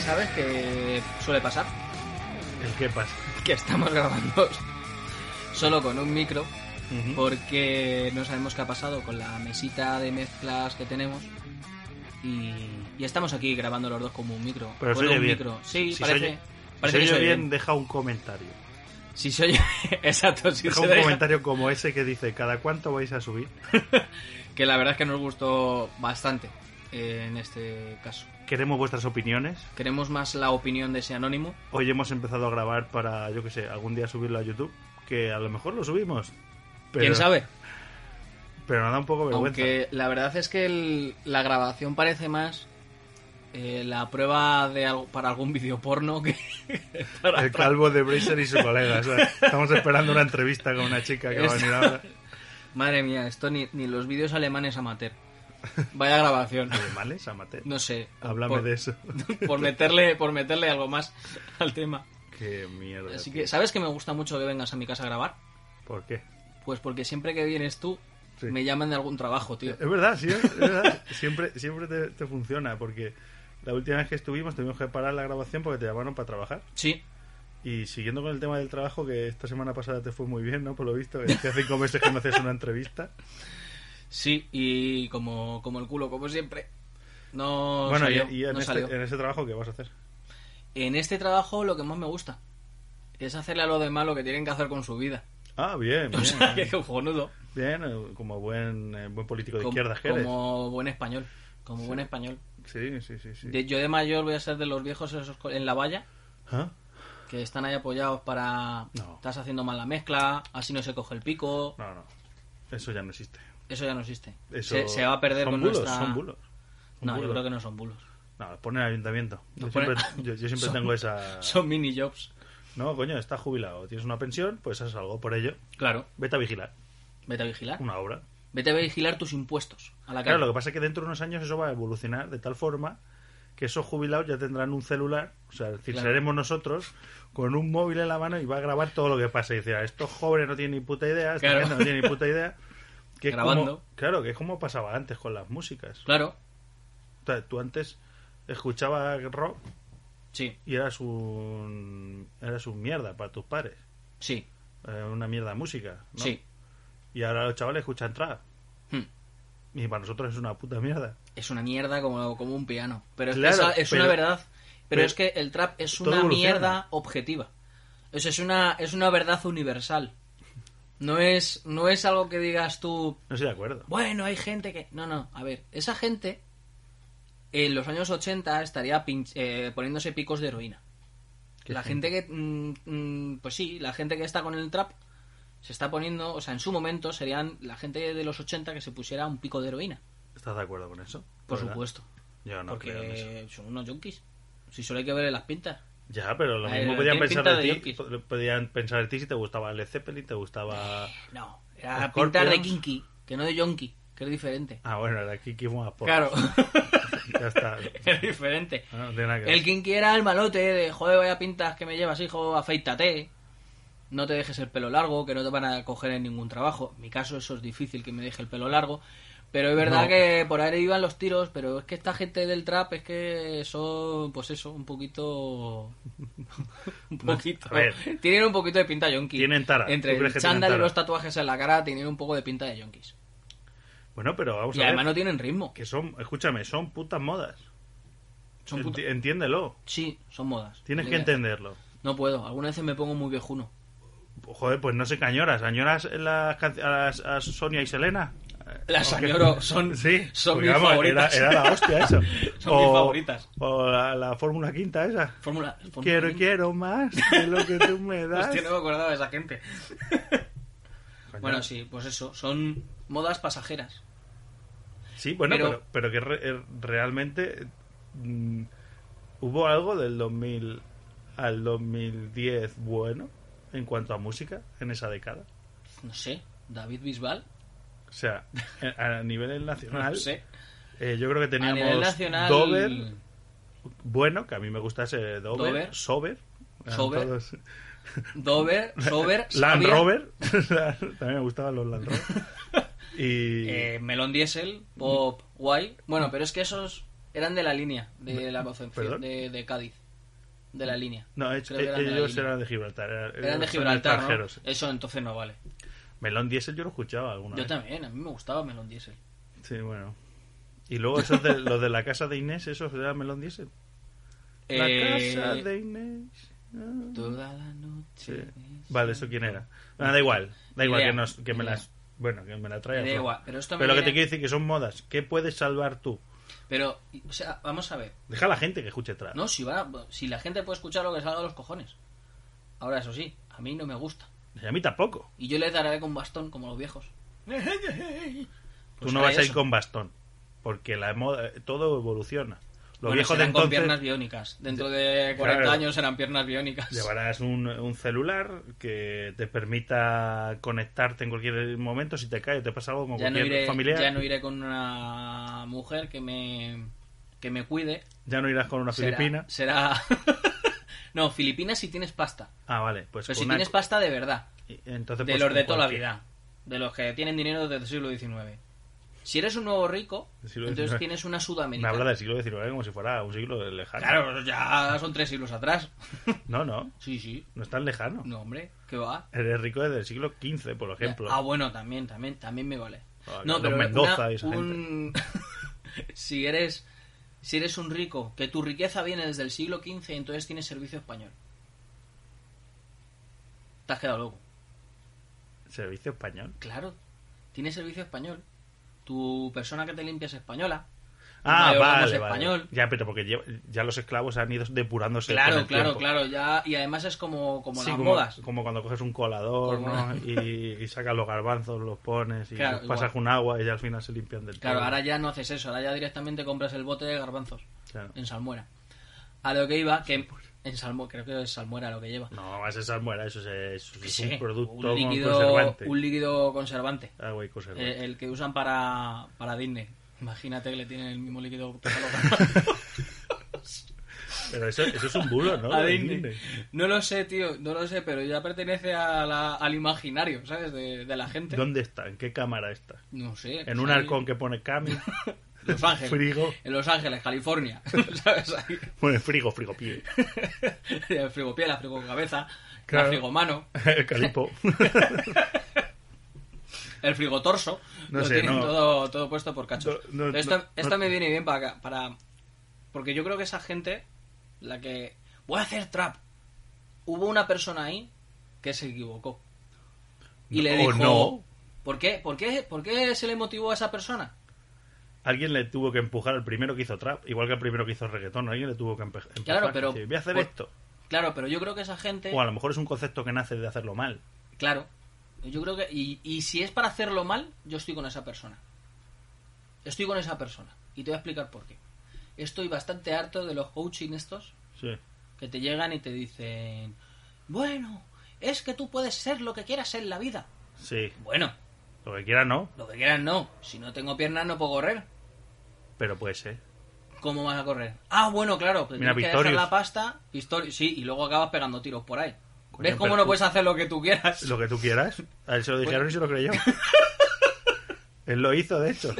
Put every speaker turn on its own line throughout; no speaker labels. ¿Sabes qué suele pasar?
¿El qué pasa?
Que estamos grabando solo con un micro
Pues,
porque no sabemos qué ha pasado con la mesita de mezclas que tenemos y, y estamos aquí grabando los dos como un micro.
Pero se
Bueno,
oye
un
bien.
micro. Sí,
Si se
parece,
oye-
parece
si
que
se
se
oye
oye
bien, deja un comentario.
Si se oye... Exacto, si
Deja
se
un
deja-
comentario como ese que dice, ¿cada cuánto vais a subir?
Que la verdad es que nos gustó bastante eh, en este caso.
Queremos vuestras opiniones.
Queremos más la opinión de ese anónimo.
Hoy hemos empezado a grabar para, yo que sé, algún día subirlo a YouTube, que a lo mejor lo subimos. Pero,
¿Quién sabe?
Pero nos da un poco vergüenza.
Aunque la verdad es que el- la grabación parece más eh, la prueba de algo, para algún vídeo porno que para
El calvo de Bracer y su colega. o sea, estamos esperando una entrevista con una chica que va a venir ahora.
Madre mía, esto ni, ni los vídeos alemanes amateur. Vaya grabación.
¿Alemanes? Amate.
No sé.
Háblame
por,
de eso.
Por meterle, por meterle algo más al tema.
Qué mierda.
Así
tío.
que, ¿sabes que me gusta mucho que vengas a mi casa a grabar?
¿Por qué?
Pues porque siempre que vienes tú,
Sí. Eh,
me llaman de algún trabajo, tío.
Es verdad, sí, es verdad. Siempre, siempre te, te funciona, porque la última vez que estuvimos tuvimos que parar la grabación porque te llamaron para trabajar.
Sí,
Y siguiendo con el tema del trabajo, que esta semana pasada te fue muy bien, ¿no? Por lo visto, que hace cinco meses que no haces una entrevista.
sí, y como, como el culo, como siempre. No
bueno, y-
salió,
y, en,
no
este-
salió.
en ese trabajo, ¿qué vas a hacer?
En este trabajo lo que más me gusta es hacerle a los demás lo que tienen que hacer con su vida.
Ah, bien, bien.
O sea, que cojonudo.
bien, eh, como buen, eh, buen político de
Com-
izquierdas que eres.
como buen español. Como buen español.
Sí, sí, sí. sí.
De- yo de mayor voy a ser de los viejos esos co- en la valla
¿Ah?
que están ahí apoyados para
No.
estás haciendo mal la mezcla, así no se coge el pico.
No, no. Eso ya no existe.
Eso ya no existe.
Eso...
Se, se va a perder
son
con
bulos,
nuestra.
Son bulos. Son
no, yo
bulos.
creo que no son bulos.
No, los pone el ayuntamiento. Yo
Los pone-
siempre, yo- yo siempre
Son-
tengo esa...
Son mini jobs.
No, coño, estás jubilado, tienes una pensión, pues haz algo por ello.
Claro.
Vete a vigilar
Vete a vigilar.
una obra.
Vete a vigilar tus impuestos a la
Claro,
cara.
lo que pasa es que dentro de unos años eso va a evolucionar de tal forma que esos jubilados ya tendrán un celular, o sea, es decir,
Claro.
seremos nosotros con un móvil en la mano y va a grabar todo lo que pasa. Y decir, estos jóvenes no tienen ni puta idea, esta
Claro.
gente no tiene ni puta idea. Que es
Grabando.
como- claro, que es como pasaba antes con las músicas.
Claro.
O sea, tú antes escuchabas rock
Sí,
y eras un, eras un mierda para tus padres.
sí,
eh, una mierda de música. ¿no?
sí.
Y ahora los chavales escuchan trap.
Hmm.
Y para nosotros es una puta mierda.
Es una mierda como, como un piano. Pero es, que
Claro,
esa es una
pero-
verdad. Pero,
pero-
es que el trap es
todo
una
evoluciona.
mierda objetiva. O sea, es una, es una verdad universal. No es, no es algo que digas tú,
No estoy de acuerdo.
bueno, hay gente que... No, no, a ver, esa gente en los años 80 estaría pinch- eh, poniéndose picos de heroína. La gente, que... mm, mm, pues sí, la gente que está con el trap se está poniendo... O sea, en su momento serían la gente de los 80 que se pusiera un pico de heroína.
¿Estás de acuerdo con eso?
Por
¿Verdad?
supuesto.
Yo no creo en eso.
Porque son unos junkies. Si solo hay que ver las pintas.
Ya, pero lo
Eh, tiene
mismo podían pensar
pinta
de,
de
ti.
yonkis.
pod- Podían pensar de ti si te gustaba el Zeppelin, te gustaba.
No, era
Scorpions.
pintar de kinky, que no de junkie, que es diferente.
Ah, bueno, era Kiki Moa Pop.
claro,
Ya está.
es diferente.
No, no tiene nada que ver.
El kinky era el malote de, joder, vaya pintas que me llevas, hijo, afeítate. No te dejes el pelo largo, que no te van a coger en ningún trabajo. En mi caso, eso es difícil que me deje el pelo largo. Pero es verdad
No.
que por ahí iban los tiros, pero es que esta gente del trap es que son, pues eso, un poquito. un
No,
poquito.
a ver.
tienen un poquito de pinta yonki.
Tienen tara.
Entre
¿Tú
el
crees que tienen
chándal y
tara?
los tatuajes en la cara tienen un poco de pinta de yonkis.
Bueno, pero vamos
Y
Pues a ver.
además no tienen ritmo.
Que son, escúchame, son putas modas.
Son
Enti-
puta-
Entiéndelo.
Sí, son modas.
Tienes que
Mira,
entenderlo.
No puedo. Algunas veces me pongo muy viejuno.
Joder, pues no sé qué añoras. ¿Añoras las can- a, las- a Sonia y Selena?
Las Añoro son,
Sí,
son
porque,
mis
vamos,
favoritas.
Era, era la hostia eso.
Son mis favoritas.
O la, la Fórmula Quinta esa.
Fórmula. Fórmula
Quiero,
Quinta.
quiero más de lo que tú me das.
Hostia, no me acordaba de esa gente.
Coño.
Bueno, sí, pues eso. Son modas pasajeras.
Sí, bueno,
Pero-
pero, pero, que re- eh, realmente mm, hubo algo del 2000 al 2010 bueno en cuanto a música en esa década.
No sé, David Bisbal.
O sea, a a nivel nacional,
No sé.
eh, yo creo que
A
teníamos
nivel nacional.
Dover, bueno, que a mí me gusta ese Dover,
Dover.
Sober, eran
Sober.
todos-
Dover, Sober,
Land
Sabia,
Rover, también me gustaban los Land Rover. Y
eh, Melón Diesel, Pop, Guay. Bueno, pero es que esos eran de la línea de la Concepción,
¿Perdón?
de, de Cádiz. De la línea.
no, eh,
creo que eran de la
ellos
línea.
eran de Gibraltar,
Eran de
son
Gibraltar, ¿no?
extranjeros.
Eso entonces no vale.
Melón Diesel yo lo escuchaba alguna
Yo
vez.
también, a mí me gustaba Melón Diesel.
Sí, bueno. Y luego esos de, los de la casa de Inés, esos de Melón Diesel. La
Eh,
casa de Inés. ah.
Toda la
Sí.
noche.
Vale, ¿eso quién era? Ah, da igual, da
Ni
igual
idea,
que, nos, que
ni
me
idea.
las... Bueno, que me la
Me
traigas.
da
¿no?
igual, pero esto me
Pero lo que
viene-
te quiero decir que son modas. ¿Qué puedes salvar tú?
Pero, o sea, vamos a ver.
Deja a la gente que escuche trap.
No, si va, si la gente puede escuchar lo que salga de los cojones. Ahora, eso sí, a mí no me gusta.
Y A mí tampoco.
Y yo les daré con bastón, como los viejos.
tú
era
no vas a ir
Pues eso.
con bastón. Porque la moda, eh, todo evoluciona. Los
Bueno,
viejos de
serán con piernas
entonces
biónicas. Dentro de 40
Claro.
años serán piernas biónicas.
llevarás un, un celular que te permita conectarte en cualquier momento. Si te caes, te pasa algo como
Ya no,
cualquier
iré,
familiar.
ya no iré con una mujer que me, que me cuide.
Ya no irás con una
Será-
filipina.
Será... no, Filipinas si tienes pasta.
Ah, vale. Pues
Pero
con
si
una-
tienes pasta de verdad.
Entonces,
De
pues,
los de
con
toda la
cualquier-
vida. De los que tienen dinero desde el siglo XIX. Si eres un nuevo rico,
Del siglo
entonces
XIX.
tienes una
Me habla
sudamericana.
del siglo XIX como si fuera un siglo lejano.
Claro, pues ya son tres siglos atrás.
No, no.
sí, sí.
No es tan lejano.
No, hombre, ¿qué va?
Eres rico desde el siglo XV, por ejemplo.
Ah, bueno, también, también, también me vale.
Ah,
no,
los
pero
Mendoza
una-
y esa
un- si eres si eres un rico, que tu riqueza viene desde el siglo XV, entonces tienes servicio español. Te has quedado loco.
Servicio español.
Claro, tienes servicio español. Tu persona que te limpia es española.
Ah,
mayordomo es
vale, vale.
español.
Ya, pero porque lleva- ya los esclavos han ido depurándose. con
Claro,
el
claro,
tiempo.
claro. Ya, y además es como, como
Sí,
las
como,
modas.
como cuando coges un colador
Como-
¿no? y, y sacas los garbanzos, los pones y
Claro,
los pasas
igual.
con agua y ya al final se limpian del
Claro,
todo.
ahora ya no haces eso. Ahora ya directamente compras el bote de garbanzos
Claro. pues.
en salmuera. A lo que iba, que en salmuera, creo que es salmuera lo que lleva.
No, esa salmuera, eso es, eso es
Sí,
un producto
un
con
líquido,
conservante.
un líquido conservante.
Agua y conservante.
Eh, el que usan para, para Disney. Imagínate que le tienen el mismo líquido que a los-
Pero eso, eso es un bulo, ¿no?
a
De
Disney.
Disney.
No lo sé, tío, no lo sé, pero ya pertenece a la- al imaginario, ¿sabes? De, de la gente.
¿Dónde está? ¿En qué cámara está?
No sé.
En un
ahí-
arcón que pone Cami.
Los Ángeles.
Frigo.
En Los Ángeles, California. ¿Sabes? Ahí.
Bueno, frigo, frigo pie.
El frigopiel, la frigocabeza,
Claro.
la frigomano,
El calipo.
el frigotorso.
No
lo
sé,
tienen
no.
todo, todo puesto por cachos.
No, no,
esta
no,
esta
no.
me viene bien para, acá, para. Porque yo creo que esa gente, la que. Voy a hacer trap. Hubo una persona ahí que se equivocó. Y le
No,
dijo.
no.
¿Por qué? ¿Por qué? ¿Por qué se le motivó a esa persona?
Alguien le tuvo que empujar al primero que hizo trap, igual que al primero que hizo reggaetón. Alguien le tuvo que empe- empujar.
Claro, pero- pues, eh.
Sí, voy a hacer
por-
esto.
Claro, pero yo creo que esa gente.
O a lo mejor es un concepto que nace de hacerlo mal.
Claro. Yo creo que. Y, y si es para hacerlo mal, yo estoy con esa persona. Estoy con esa persona. Y te voy a explicar por qué. Estoy bastante harto de los coaching estos
Sí.
que te llegan y te dicen: Bueno, es que tú puedes ser lo que quieras en la vida.
Sí.
Bueno,
Lo que quiera no,
lo que quieras no. Si no tengo piernas, no puedo correr.
pero puede ser.
¿Cómo vas a correr? Ah, bueno, claro. Pero
Mira,
tienes que
Victorious.
dejar la pasta. Pistori- sí, y luego acabas pegando tiros por ahí.
Coño,
¿Ves cómo
pero
no
tú-
puedes hacer lo que tú quieras?
Lo que tú quieras. A él se lo
Pues
dijeron y se lo creyó. él lo hizo, de hecho.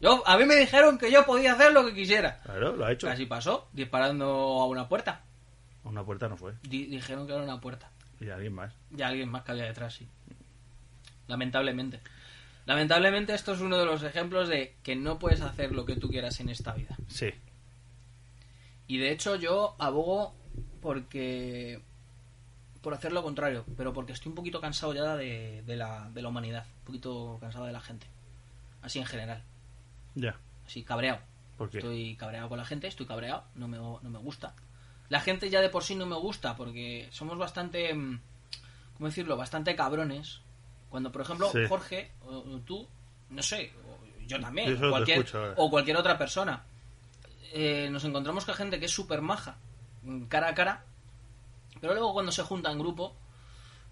Yo, a mí me dijeron que yo podía hacer lo que quisiera.
Claro, lo ha hecho.
Casi pasó, disparando a una puerta.
A Una puerta no fue.
Di- dijeron que era una puerta.
Y alguien más.
Y alguien más que había detrás, sí. Lamentablemente. Lamentablemente esto es uno de los ejemplos de que no puedes hacer lo que tú quieras en esta vida.
Sí.
Y de hecho yo abogo porque... por hacer lo contrario, pero porque estoy un poquito cansado ya de, de la, de la humanidad, un poquito cansado de la gente. Así en general.
Ya.
Así cabreado.
¿Por qué?
Estoy cabreado con la gente, estoy cabreado, no me, no me gusta. La gente ya de por sí no me gusta porque somos bastante, mm, ¿cómo decirlo? Bastante cabrones. Cuando, por ejemplo,
Sí.
Jorge, o, o tú, no sé, o yo
Yo
también,
solo te
cualquier,
escucho ahora.
o cualquier otra persona, eh, nos encontramos con gente que es súper maja, mm, cara a cara, pero luego cuando se junta en grupo,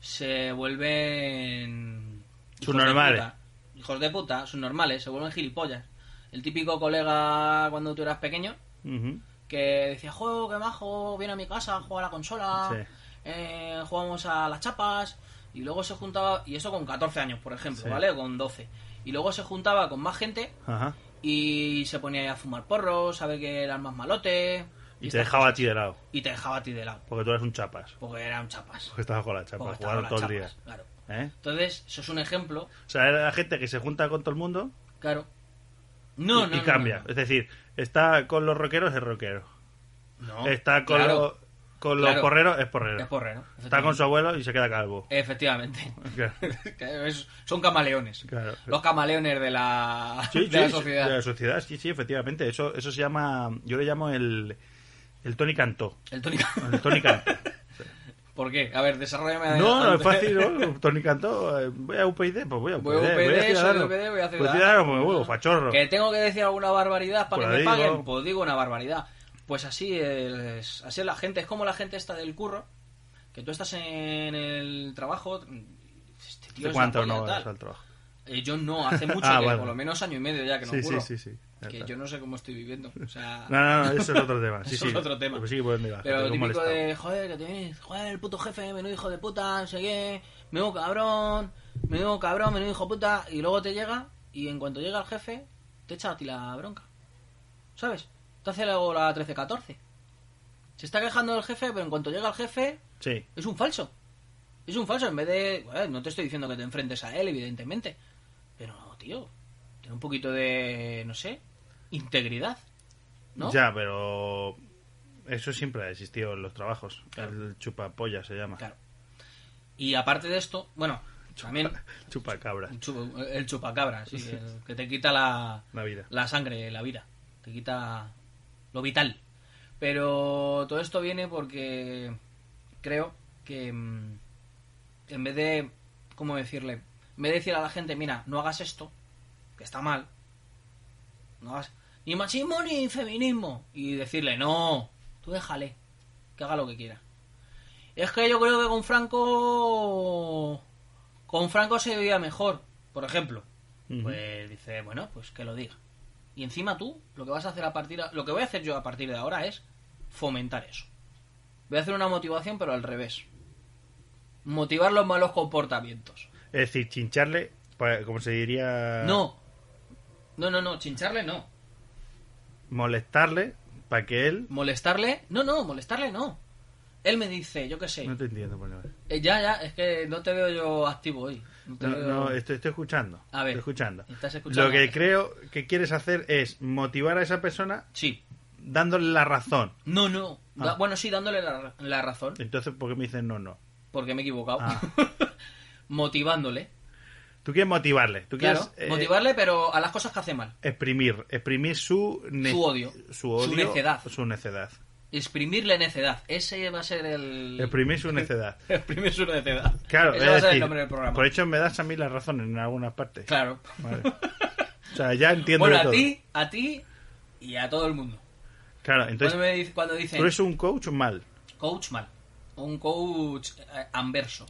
se vuelven... hijos de
Subnormales.
puta. Hijos de puta, normales, se vuelven gilipollas. El típico colega cuando tú eras pequeño,
Ujú.
que decía, juego, que majo, viene a mi casa, juega a la consola,
Sí.
eh, jugamos a las chapas, y luego se juntaba, y eso con 14 años, por ejemplo,
Sí.
¿vale? O Con 12. Y luego se juntaba con más gente
Ajá.
y se ponía ahí a fumar porros, a ver que eran más malote.
Y te
estas
dejaba a
cosas.
ti de lado,
Y te dejaba a ti de lado,
porque tú eres un chapas.
porque eran chapas.
Porque estabas con la chapa,
Porque
jugaron
estaban
todo
las
el día.
chapas, claro.
¿Eh?
Entonces, eso es un ejemplo,
O sea, era la gente que se junta con todo el mundo
claro. No,
y,
no,
y
no,
cambia.
no,
Es decir, está con los rockeros, es rockero.
no. No,
está con,
claro,
los, con
claro.
los porreros, es porrero.
es porrero,
está con su abuelo y se queda calvo.
Efectivamente.
Claro.
Claro, es- son camaleones.
Claro.
Los camaleones de la,
Sí,
de
sí,
la
sí,
sociedad.
de la sociedad, sí, sí, efectivamente. Eso, eso se llama, yo le llamo el, el Tony Cantó.
El tónico.
El Tony Cantó.
¿Por qué? A ver, desarrollame.
No, no, es fácil, ¿no? Tony Cantó, eh, voy a UPyD, pues voy a UPyD.
Voy a UPyD, soy
Ciudadanos.
UPyD, voy a Ah, Ciudadanos.
Voy a Ciudadanos, pues me vuelvo fachorro.
Que tengo que decir alguna barbaridad para que
Pues
me
la digo.
paguen. Pues digo una barbaridad. Pues así es, así es la gente. Es como la gente esta del curro. Que tú estás en el trabajo. Este tío
¿De
es
cuánto
la polla,
no vas
tal.
al trabajo?
Eh, Yo no, hace mucho,
Ah,
que,
vale.
por lo menos año y medio ya que no
Sí, sí,
curro.
sí, sí. Ya
Que
está.
yo no sé cómo estoy viviendo. O sea,
No, no, no, eso es otro tema. Sí,
Eso
sí.
es otro tema.
Pues sí, por dónde vas,
Pero
te
lo
tengo
típico
molestado.
de, joder, que te vienes, joder, el puto jefe, menudo hijo de puta, no sé qué, menudo cabrón, menudo cabrón, menudo hijo de puta, y luego te llega, y en cuanto llega el jefe, te echa a ti la bronca. ¿Sabes? Te hace luego la 13-14. Se está quejando del jefe, pero en cuanto llega el jefe,
Sí,
es un falso. Es un falso, en vez de. joder, no te estoy diciendo que te enfrentes a él, evidentemente. Pero, tío, tiene un poquito de. no sé, integridad. ¿No?
ya, pero eso siempre ha existido en los trabajos.
Claro.
El chupapollas se llama.
Claro. Y aparte de esto, bueno, también
Chupacabra,
el chupa- el chupacabra, sí, el que te quita la,
la vida.
la sangre, la vida, te quita lo vital. Pero todo esto viene porque creo que mm, en vez de, ¿cómo decirle? En vez de decir a la gente, mira, no hagas esto, que está mal, no hagas ni machismo ni feminismo, y decirle, no, tú déjale, que haga lo que quiera. Es que yo creo que con Franco. Con Franco se vivía mejor, por ejemplo.
Ujú.
Pues dice, bueno, pues que lo diga. Y encima tú, lo que vas a hacer a partir. Lo que voy a hacer yo a partir de ahora es fomentar eso. Voy a hacer una motivación, pero al revés. Motivar los malos comportamientos.
Es decir, chincharle, pa- como se diría,
No. No, no, no. Chincharle, no.
molestarle para que él...
Molestarle, no, no. Molestarle, no. Él me dice, yo qué sé.
No te entiendo, por favor.
eh, ya, ya, es que no te veo yo activo hoy. No te
No,
veo-
no, estoy, estoy escuchando.
A ver,
estoy escuchando.
estás escuchando.
Lo que creo que quieres hacer es motivar a esa persona
Sí.
dándole la razón.
No, no. Da-
Ah.
Bueno, sí, dándole la, la razón,
Entonces, ¿por qué me dicen no, no?
porque me he equivocado.
Ah.
Motivándole.
Tú quieres motivarle. Tú quieres
Claro,
eh,
motivarle, pero a las cosas que hace mal.
exprimir, exprimir su, ne-
Su odio.
su odio,
Su necedad.
su necedad.
Exprimirle necedad. Ese va a ser el.
Exprimir su necedad.
Exprimir su necedad.
Claro,
Ese
es
va a ser el
decir,
nombre del programa.
por hecho me das a mí la razón en algunas partes.
Claro.
Vale. O sea, ya entiendo
bueno,
de
a
todo.
ti, a ti y a todo el mundo.
Claro, entonces
cuando, me dice- cuando dicen
tú eres un coach mal,
coach mal, un coach eh, anverso.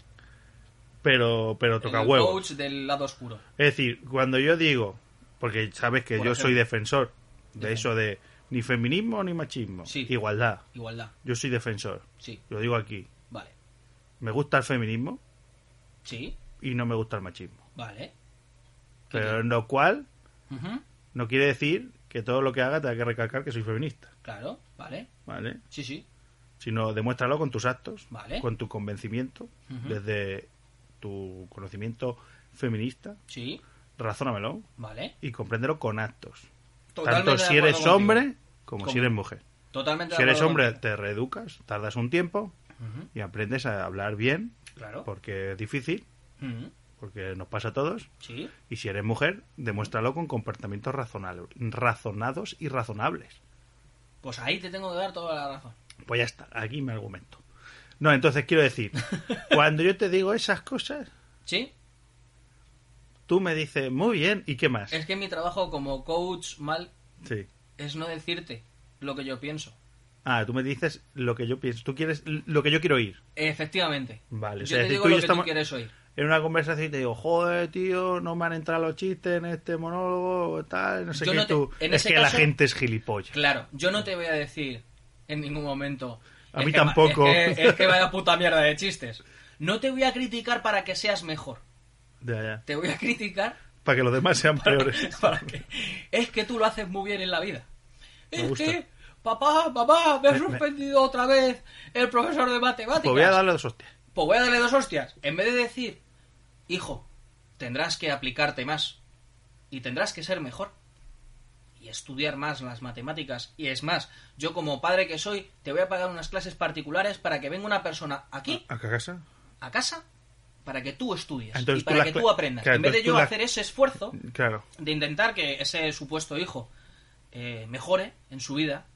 pero pero toca
el
huevos.
coach del lado oscuro.
Es decir, cuando yo digo, porque sabes que
Por
yo
ejemplo.
soy defensor de
Defensor.
eso de ni feminismo ni machismo,
Sí.
igualdad.
Igualdad.
Yo soy defensor.
Sí,
Lo digo aquí.
vale.
Me gusta el feminismo
Sí,
y no me gusta el machismo.
vale.
Pero en lo cual
Ujú,
no quiere decir que todo lo que haga tenga que recalcar que soy feminista,
Claro, vale.
¿vale?
Sí, sí.
Sino demuéstralo con tus actos,
Vale.
con tu convencimiento,
Ujú.
desde tu conocimiento feminista,
Sí,
razónamelo
vale.
y compréndelo con actos.
Totalmente
Tanto si
de acuerdo
eres
contigo.
hombre como
Como-
si eres mujer.
Totalmente de
Si eres
acuerdo
hombre
contigo.
te reeducas, tardas un tiempo
Ujú,
y aprendes a hablar bien
Claro.
porque es difícil,
Ujú,
porque nos pasa a todos.
Sí.
Y si eres mujer, demuéstralo con comportamientos razonal- razonados y razonables.
Pues ahí te tengo que dar toda la razón.
Pues ya está, aquí mi argumento. No, entonces quiero decir, cuando yo te digo esas cosas,
¿Sí?
tú me dices, muy bien, ¿y qué más?
Es que mi trabajo como coach mal
Sí.
es no decirte lo que yo pienso.
Ah, tú me dices lo que yo pienso, tú quieres lo que yo quiero oír.
Efectivamente.
Vale,
yo
o sea,
te
si
digo
tú y
lo
yo
que
estamos-
tú quieres oír.
En una conversación y te digo, joder, tío, no me han entrado los chistes en este monólogo, o tal, no sé
Yo
qué.
no te-
tú.
en
Es
ese
que la
caso-
gente es gilipollas.
Claro, yo no te voy a decir en ningún momento.
A
"Es
mí
que va-
tampoco".
Es que, es que vaya puta mierda de chistes. No te voy a criticar para que seas mejor.
Ya, ya.
Te voy a criticar
Para que los demás sean peores.
para que. Es que tú lo haces muy bien en la vida.
Me
Es
gusta.
que, papá, papá, me ha
Me- me-
suspendido otra vez el profesor de matemáticas.
Pues voy a darle dos hostias.
Pues voy a darle dos hostias. En vez de decir, hijo, tendrás que aplicarte más y tendrás que ser mejor y estudiar más las matemáticas. Y es más, yo como padre que soy, te voy a pagar unas clases particulares para que venga una persona aquí,
¿A qué casa?
a casa, para que tú estudies
Ah, Entonces
y
tú
para
las
que
cla-
tú aprendas.
claro,
en vez de
entonces tú
yo
las-
hacer ese esfuerzo
Claro.
de intentar que ese supuesto hijo eh, mejore en su vida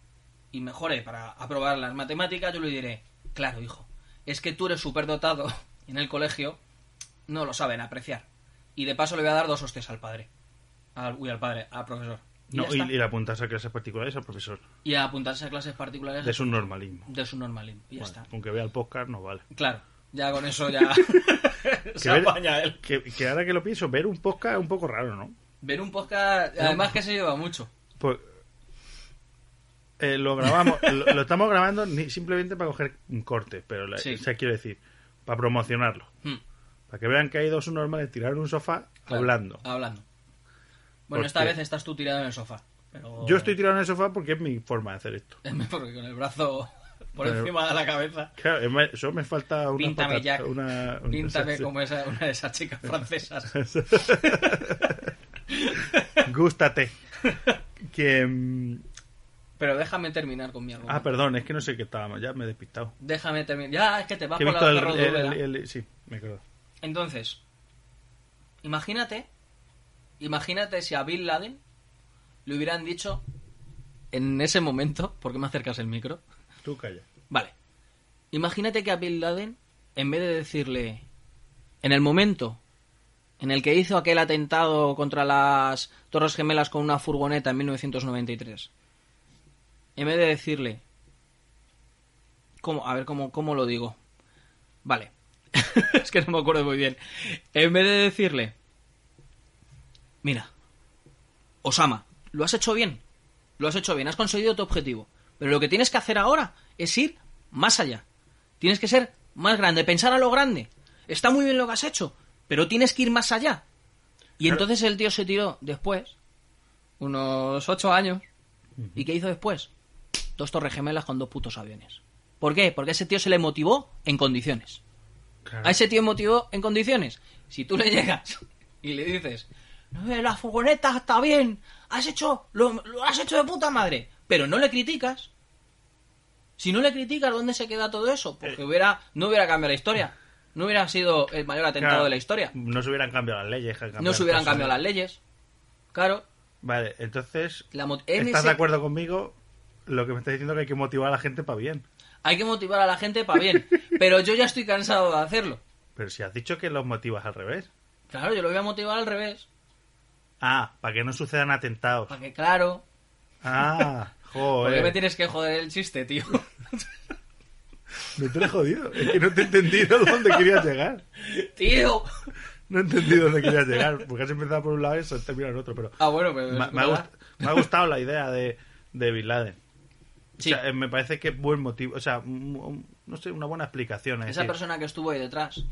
y mejore para aprobar las matemáticas, yo le diré, claro, hijo, es que tú eres superdotado y en el colegio, no lo saben apreciar. Y de paso le voy a dar dos hostias al padre. Al, uy, al padre, al profesor. Y,
No,
ya
y,
está.
y le apuntas a clases particulares al profesor.
Y a apuntarse a clases particulares
De su normalismo.
de su normalismo. Y ya
Bueno,
está.
Aunque vea el podcast, no vale.
Claro, ya con eso ya se
ver-
apaña él.
Que, que ahora que lo pienso, ver un podcast es un poco raro, ¿no?
Ver un podcast, además que se lleva mucho.
Pues. eh, lo grabamos, lo, lo estamos grabando ni- simplemente para coger un corte, pero la-
Sí.
o sea, quiero decir, para promocionarlo.
Hmm.
Para que vean que hay dos normales tirados en un sofá
Claro,
hablando.
Hablando. Bueno,
Porque-
esta vez estás tú tirado en el sofá. pero-
Yo estoy tirado en el sofá porque es mi forma de hacer esto.
Porque con el brazo por
Pero-
encima de la cabeza.
Claro, es más, solo me falta una.
Píntame,
patata-
Jack.
Una, un-
Píntame
sí.
como esa, una de esas chicas francesas.
Gústate. Que. mm,
Pero déjame terminar con mi
Ah,
argumento.
perdón, es que no sé qué estábamos, ya me he despistado.
Déjame terminar. Ya, es que te vas
Que he
por la
visto el,
Cerro de
el-
Úbeda.
el- el- Sí, me acuerdo.
Entonces, imagínate, imagínate si a Bin Laden le hubieran dicho en ese momento, ¿por qué me acercas el micro?
Tú calla.
Vale. Imagínate que a Bin Laden, en vez de decirle, en el momento en el que hizo aquel atentado contra las Torres Gemelas con una furgoneta en 1993, en vez de decirle, ¿cómo? a ver cómo, cómo lo digo. Vale. es que no me acuerdo muy bien. En vez de decirle, mira, Osama, lo has hecho bien. Lo has hecho bien, has conseguido tu objetivo. Pero lo que tienes que hacer ahora es ir más allá. Tienes que ser más grande, pensar a lo grande. Está muy bien lo que has hecho, pero tienes que ir más allá. Y
Claro.
entonces el tío se tiró después, unos ocho años. ¿Y qué hizo después? Dos torres gemelas con dos putos aviones. ¿Por qué? Porque a ese tío se le motivó en condiciones.
Claro.
A ese tío motivó en condiciones. Si tú le llegas y le dices, "No, eh, la furgoneta está bien, has hecho, lo, lo has hecho de puta madre, pero no le criticas. Si no le criticas, ¿dónde se queda todo eso?
Eh.
Porque hubiera, no hubiera cambiado la historia. No hubiera sido el mayor atentado
Claro,
de la historia.
No se hubieran cambiado las leyes. que han
No
cambiado
se hubieran
cosas.
cambiado las leyes. Claro.
Vale, entonces.
La mo- en
¿Estás
ese-
de acuerdo conmigo? Lo que me estás diciendo que hay que motivar a la gente para bien.
Hay que motivar a la gente para bien. Pero yo ya estoy cansado de hacerlo.
Pero si has dicho que los motivas al revés.
Claro, yo lo voy a motivar al revés.
Ah, para que no sucedan atentados.
Para que, claro.
Ah,
¿Por qué
joder.
me tienes que joder el chiste, tío?
Me te lo he jodido. Es que no te he entendido dónde querías llegar.
¡Tío!
No he entendido dónde querías llegar. Porque has empezado por un lado y has terminado en otro. Pero
Ah, bueno, pero. es
me, me ha
verdad.
gust- me ha gustado la idea de, de Bin Laden.
Sí,
O sea, eh, me parece que es buen motivo. O sea, un- un- no sé, una buena explicación. Es
esa
decir,
persona que estuvo ahí detrás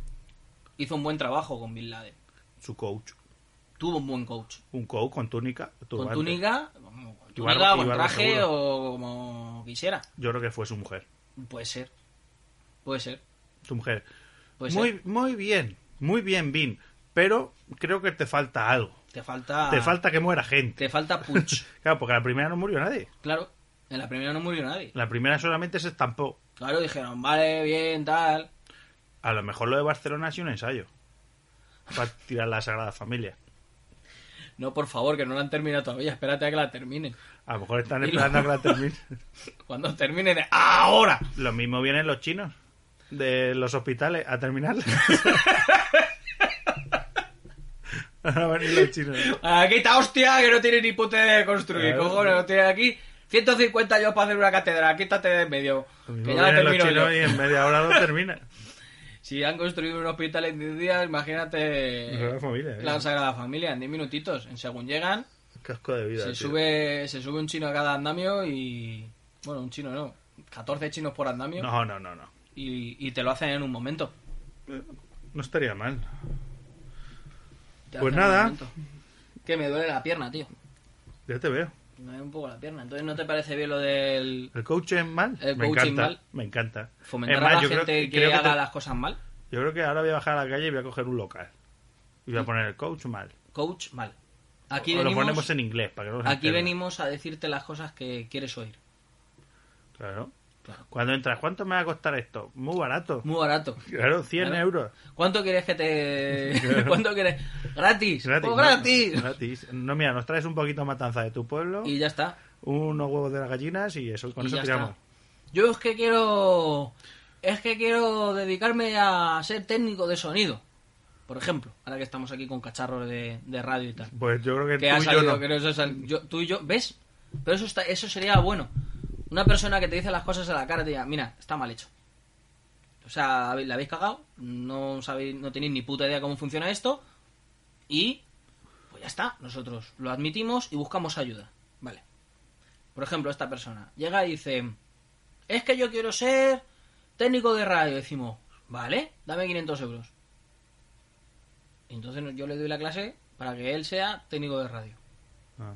hizo un buen trabajo con Bin Laden.
Su coach.
Tuvo un buen coach.
Un coach con túnica.
Con
turbante.
túnica, vamos, con
Ibarra-
túnica, con
Ibarra
traje
seguro.
o como quisiera.
Yo creo que fue su mujer.
Puede ser. Puede ser.
Su mujer.
Puede
muy,
ser.
muy bien. Muy bien, Bin. Pero creo que te falta algo.
Te falta.
Te falta que muera gente.
Te falta punch.
Claro, porque la primera no murió nadie.
claro. En la primera no murió nadie.
La primera solamente se estampó.
Claro, dijeron, vale, bien, tal.
A lo mejor lo de Barcelona ha sido un ensayo. para tirar la Sagrada Familia.
No, por favor, que no la han terminado todavía. Espérate a que la terminen.
A lo mejor están
Y
esperando a que la terminen.
Cuando terminen, ¡ahora!
Lo mismo vienen los chinos de los hospitales a terminarla. Ahora van a venir los chinos.
Aquí está hostia que no tiene ni puta idea de construir,
Claro.
cojones, no tiene aquí 150 yo para hacer una catedral, quítate de en medio.
Lo mismo
Que ya la
vienen los
termino
chinos
yo.
y en media hora lo termina.
Si han construido un hospital en 10 días, imagínate
La Sagrada Familia, eh.
la Sagrada Familia en 10 minutitos. En según llegan,
Casco de vida.
se
tío.
sube, se sube un chino a cada andamio y. Bueno, un chino no. 14 chinos por andamio
No, no, no, no.
y, y te lo hacen en un momento.
No estaría mal.
Te
Pues
hacen en un
nada.
momento. Que me duele la pierna, tío.
Ya te veo.
Me duele un poco la pierna. Entonces, ¿no te parece bien lo del
El coaching mal.
El
me
coaching
encanta.
mal.
Me encanta.
fomentar
Es más,
a la
yo creo-
gente que,
creo
haga
te-
las cosas mal?
Yo creo que ahora voy a bajar a la calle y voy a coger un local. Y voy a poner el coach mal.
Coach, mal. Aquí,
o lo ponemos
venimos,
en inglés para que no se
aquí
enteren.
venimos a decirte las cosas que quieres oír.
Claro.
Claro.
Cuando entras, ¿cuánto me va a costar esto? Muy barato.
Muy barato.
Claro, 100
Claro.
euros.
¿Cuánto quieres que te... ¿Cuánto quieres? ¡Gratis!
Gratis.
¡Oh,
¿no?
gratis!
Gratis. No, mira, nos traes un poquito de matanza de tu pueblo,
Y ya está.
unos huevos de las gallinas y eso, con
y
eso
ya
tiramos.
está. Yo es que quiero... Es que quiero dedicarme a ser técnico de sonido. Por ejemplo, ahora que estamos aquí con cacharros de, de radio y tal.
Pues yo creo que,
que
tú
ha
y
salido,
yo no.
que no se sal- yo- tú y yo, ¿ves? Pero eso está, eso sería bueno. Una persona que te dice las cosas a la cara y te diga, mira, está mal hecho. O sea, habéis- la habéis cagado, no sabéis, no tenéis ni puta idea cómo funciona esto, y pues ya está, nosotros lo admitimos y buscamos ayuda. Vale. Por ejemplo, esta persona llega y dice, es que yo quiero ser técnico de radio. Decimos, vale, dame 500 euros. Y entonces yo le doy la clase para que él sea técnico de radio.
Ah.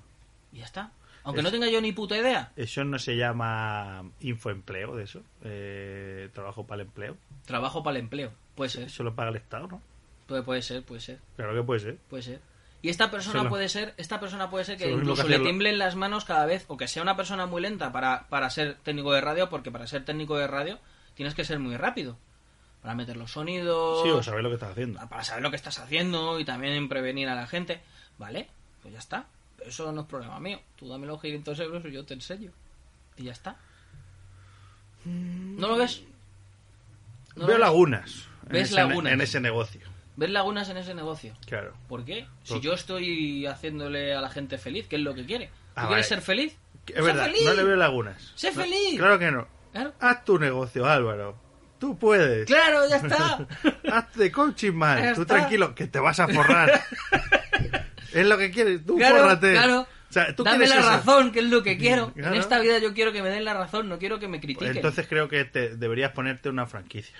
Y ya está. Aunque
Es-
no tenga yo ni puta idea.
Eso no se llama infoempleo, de eso. Eh, trabajo para el empleo.
Trabajo para el empleo. Puede ser.
Eso lo paga el Estado, ¿no?
Puede, puede ser, puede ser,
Claro que puede ser.
puede ser. Y esta persona
Solo-
puede ser, esta persona puede ser que
solo lo
incluso
que
le
hacerlo.
tiemblen las manos cada vez, o que sea una persona muy lenta para, para ser técnico de radio, porque para ser técnico de radio tienes que ser muy rápido. Para meter los sonidos.
Sí, o saber lo que estás haciendo.
para saber lo que estás haciendo y también prevenir a la gente. Vale, pues ya está. Pero eso no es problema mío. Tú dame los 500 euros y yo te enseño. Y ya está. ¿No lo ves? ¿No lo
Veo
ves?
lagunas.
¿Ves
en
lagunas?
Ese, en ese negocio.
¿Ves lagunas en ese negocio?
Claro.
¿Por qué? Si
Por-
yo estoy haciéndole a la gente feliz, que es lo que quiere. ¿Tú
Ah, vale.
quieres ser feliz?
Es
¡Sé
verdad,
feliz!
no le veo lagunas.
¡Sé
No,
feliz!
Claro que no.
Claro.
Haz tu negocio, Álvaro. Tú puedes.
¡Claro, ya está!
Hazte coaching mal.
Ya
Tú
está.
tranquilo, que te vas a forrar. es lo que quieres, tú
Claro,
fórrate.
claro.
O sea, tú
Dame
quieres
la
eso.
razón, que es lo que quiero.
Claro.
En esta vida yo quiero que me den la razón, no quiero que me
Pues
critiquen.
entonces creo que te deberías ponerte una franquicia.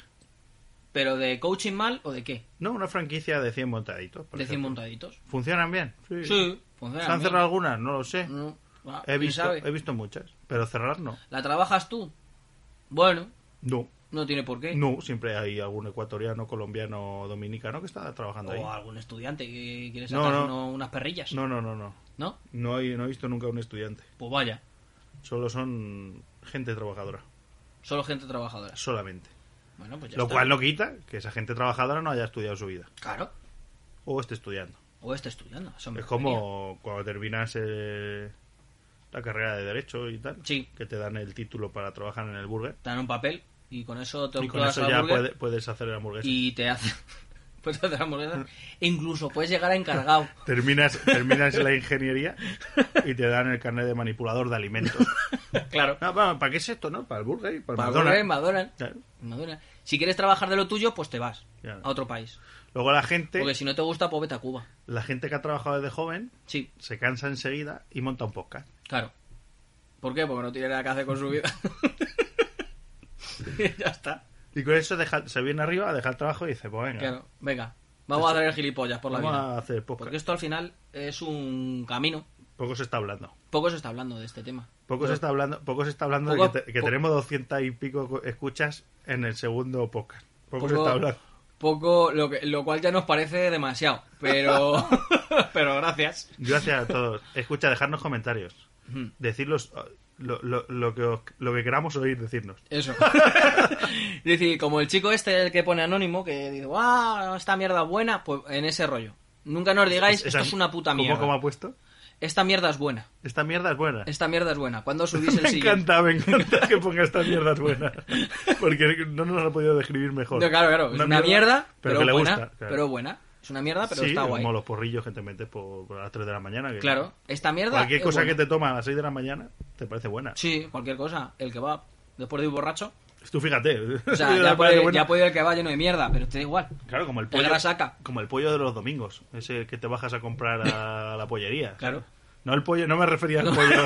¿Pero de coaching mal o de qué?
No, una franquicia de 100 montaditos. por
De 100
ejemplo.
montaditos.
¿Funcionan bien? Sí.
Sí,
¿Se
funciona.
han
bien.
cerrado algunas? No lo sé.
No, ah,
He
¿quién
visto,
sabe?
he visto muchas, pero cerrar no.
¿La trabajas tú? Bueno,
No,
no tiene por qué.
no, siempre hay algún ecuatoriano, colombiano, dominicano que está trabajando ahí.
O algún estudiante que quiere
No,
sacar
no.
uno- unas perrillas.
No, no, no, no.
¿No?
No, hay- no he visto nunca un estudiante.
Pues vaya,
Solo son gente trabajadora,
solo gente trabajadora.
solamente.
Bueno, pues ya
Lo
está.
cual no quita que esa gente trabajadora no haya estudiado su vida.
Claro.
O esté estudiando.
O está estudiando. eso me
Es
refería.
como cuando terminas eh, la carrera de Derecho y tal.
Sí.
Que te dan el título para trabajar en el burger.
Te dan un papel y con eso te
Y con
ocupabas
eso
al
ya
burger
puede- pues puedes hacer el hamburguesa.
y te hace... Puedes hacer hamburguesas. E incluso puedes llegar a encargado.
Terminas, terminas la ingeniería y te dan el carnet de manipulador de alimentos.
claro.
No, pa- Ah, ¿Para qué es esto? No? Para el burger y para, el
Para
McDonald's.
volver, Madonna.
Claro.
Madonna. Si quieres trabajar de lo tuyo, pues te vas
Claro.
a otro país.
Luego la gente,
Porque si no te gusta, pues vete a Cuba.
la gente que ha trabajado desde joven
Sí,
se cansa enseguida y monta un podcast.
claro. ¿Por qué? Porque no tiene nada que hacer con su vida. Y ya está.
Y con eso deja- se viene arriba, deja el trabajo y dice, pues venga,
Claro. Venga, vamos a traer gilipollas por la
vamos
vida.
a hacer podcast.
Porque esto al final es un camino.
Poco se está hablando.
Poco se está hablando de este tema.
Poco se está hablando, poco se está hablando
Poco-
de que, te- que
po-
tenemos 200 y pico co- escuchas en el segundo podcast. Poco, se
Poco-
está hablando.
Poco, lo, que, lo cual ya nos parece demasiado. Pero, pero gracias.
Gracias a todos. Escucha, dejarnos comentarios.
Mm.
Decirlos lo, lo- lo que, os- lo que queramos oír decirnos.
Eso. es decir, como el chico este el que pone anónimo, que dice, ¡guau! Esta mierda es buena, pues en ese rollo. Nunca nos digáis,
Esa-
esto es una puta
¿cómo-
mierda.
¿Cómo ha puesto?
Esta mierda es buena.
Esta mierda es buena.
Esta mierda es buena. Cuando subís el
Me
siguiente?
encanta, me encanta que ponga esta mierda es buena. Porque no nos la ha podido describir mejor.
No, claro, claro. Es una mierda, pero,
que le
buena.
gusta, claro.
Pero buena. Es una mierda, pero
sí,
está guay.
como los porrillos que te metes por, por las 3 de la mañana. que-
Claro. Esta mierda.
Cualquier
es
cosa
buena.
que te toma a las 6 de la mañana te parece buena.
Sí, cualquier cosa. El que va después de ir borracho.
Tú fíjate.
O sea, ya puede, ya puede ir el que va lleno de mierda, pero te da igual.
Claro, como el
Te
pollo.
grasaca.
Como el pollo de los domingos. Ese que te bajas a comprar a la pollería.
Claro.
No el pollo, no me refería al pollo.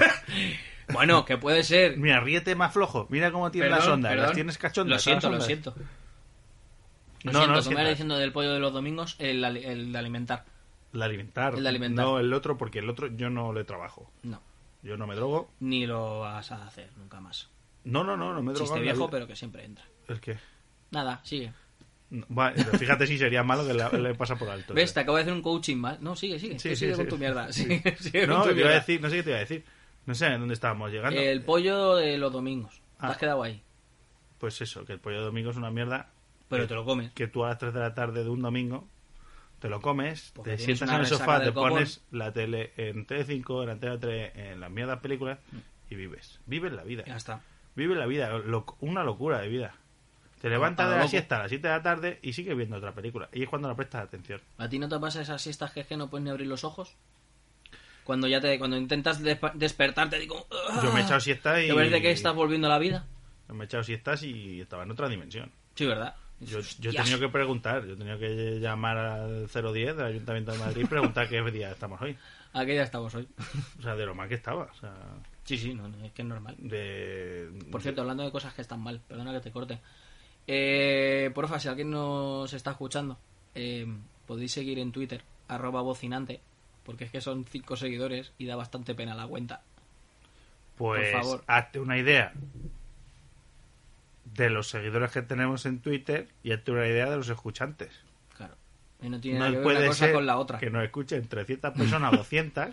Bueno, que puede ser.
Mira, ríete más flojo. Mira cómo tiene
Perdón,
las ondas.
perdón.
Las tienes cachondas.
Lo siento,
las
lo
ondas.
siento. Lo
No,
siento,
no,
que
lo
me
sientas.
vas diciendo del pollo de los domingos, el, ali- el de alimentar.
El de alimentar.
El de alimentar.
No el otro, porque el otro yo no le trabajo.
No,
Yo no me drogo.
ni lo vas a hacer nunca más.
No, no, no, no me drogo.
Chiste
en la
viejo,
vida.
pero que siempre entra.
Es que.
Nada, sigue.
no, va, fíjate si sería malo que la- le pasa por alto.
¿Ves? Te acabo de hacer un coaching mal. No, sigue, sigue.
Sí,
Tú
sí,
sigue con
sí.
tu mierda.
Sí.
Sigue- sigue con
No,
tu
te iba a
mierda.
decir, no sé qué te iba a decir. No sé en dónde estábamos llegando.
El pollo de los domingos.
Ah.
Te has quedado ahí.
Pues eso, que el pollo de domingo es una mierda
Pero
Eh,
te lo comes.
que tú a las 3 de la tarde de un domingo te lo comes,
Porque
te
tienes
sientas
una
en el
resaca
sofá,
del
te
copón.
pones la tele en Tele5, en Antena 3, en las mierdas películas y vives. Vives la vida.
Ya está.
Vive la vida, lo- una locura de vida. Te levantas
a lo
de la
loco.
siesta a las 7 de la tarde y sigues viendo otra película. Y es cuando la prestas atención.
¿A ti no te pasa esas siestas que es que no puedes ni abrir los ojos? Cuando ya te, cuando intentas despa- despertarte, digo.
Yo me he echado siesta y.
¿Te parece que estás volviendo a la vida?
Me he echado siestas y estaba en otra dimensión.
Sí, ¿verdad?
Yo, yo he
Hostias.
tenido que preguntar, yo he tenido que llamar al 010 del Ayuntamiento de Madrid y preguntar qué día estamos hoy.
Aquí ya estamos hoy.
O sea, de lo mal que estaba. O sea,
Sí, sí, no, no, es que es normal.
de.
Por cierto, hablando de cosas que están mal, perdona que te corte. Eh, porfa, si alguien nos está escuchando, eh, podéis seguir en Twitter, arroba bocinante, porque es que son cinco seguidores y da bastante pena la cuenta.
Pues
por favor.
hazte una idea de los seguidores que tenemos en Twitter y hazte una idea de los escuchantes.
Claro. Y no tiene nada que
No
ver una
puede
cosa
ser
con la otra.
que nos escuchen 300 personas o 200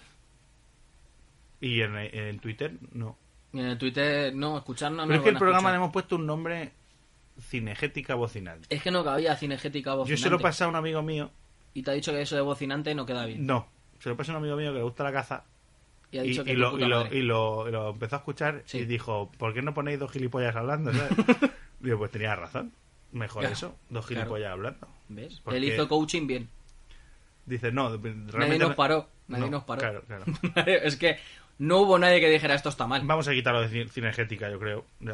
y en, en Twitter no.
Y en el Twitter, no, escucharnos no
Pero
nos
es que
van
el
a
programa
escuchar.
le hemos puesto un nombre cinegética vocinante.
Es que no cabía cinegética
Yo
bocinante.
se lo pasé a un amigo mío.
Y te ha dicho que eso de bocinante no queda bien.
No, se lo pasé a un amigo mío que le gusta la caza.
Y ha
Y,
dicho que
y
tu
lo,
puta
y lo-
madre.
y lo- y lo empezó a escuchar
Sí.
y dijo, ¿por qué no ponéis dos gilipollas hablando? ¿sabes? Digo, pues tenía razón. Mejor
Claro,
eso, dos
claro.
gilipollas hablando.
¿Ves?
Porque-
Él hizo coaching bien.
Dice, no, de-
Nadie
realmente...
nos
no-
paró. Nadie
no,
nos paró.
Claro, claro.
es que no hubo nadie que dijera esto está mal.
Vamos a quitarlo de cin- cinegética, yo creo. Ya.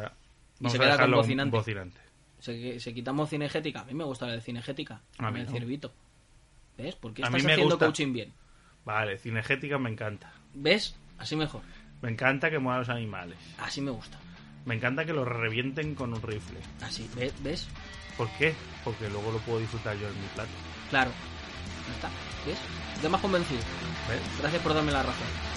Y
Vamos
se
a
queda con
dejarlo
vocinante.
vocinante.
Se, se quitamos cinegética. A mí me gusta la de cinegética.
A mí
el
no.
ciervito. ¿Ves? Porque
A mí
estás
me
haciendo
gusta.
coaching bien.
Vale, cinegética me encanta.
¿Ves? Así mejor.
Me encanta que muevan los animales.
Así me gusta.
Me encanta que los revienten con un rifle.
Así. ¿Ve- ¿Ves?
¿Por qué? Porque luego lo puedo disfrutar yo en mi plato.
Claro. Ya está. ¿Ves? Estoy más convencido.
¿Ves?
Gracias por darme la razón.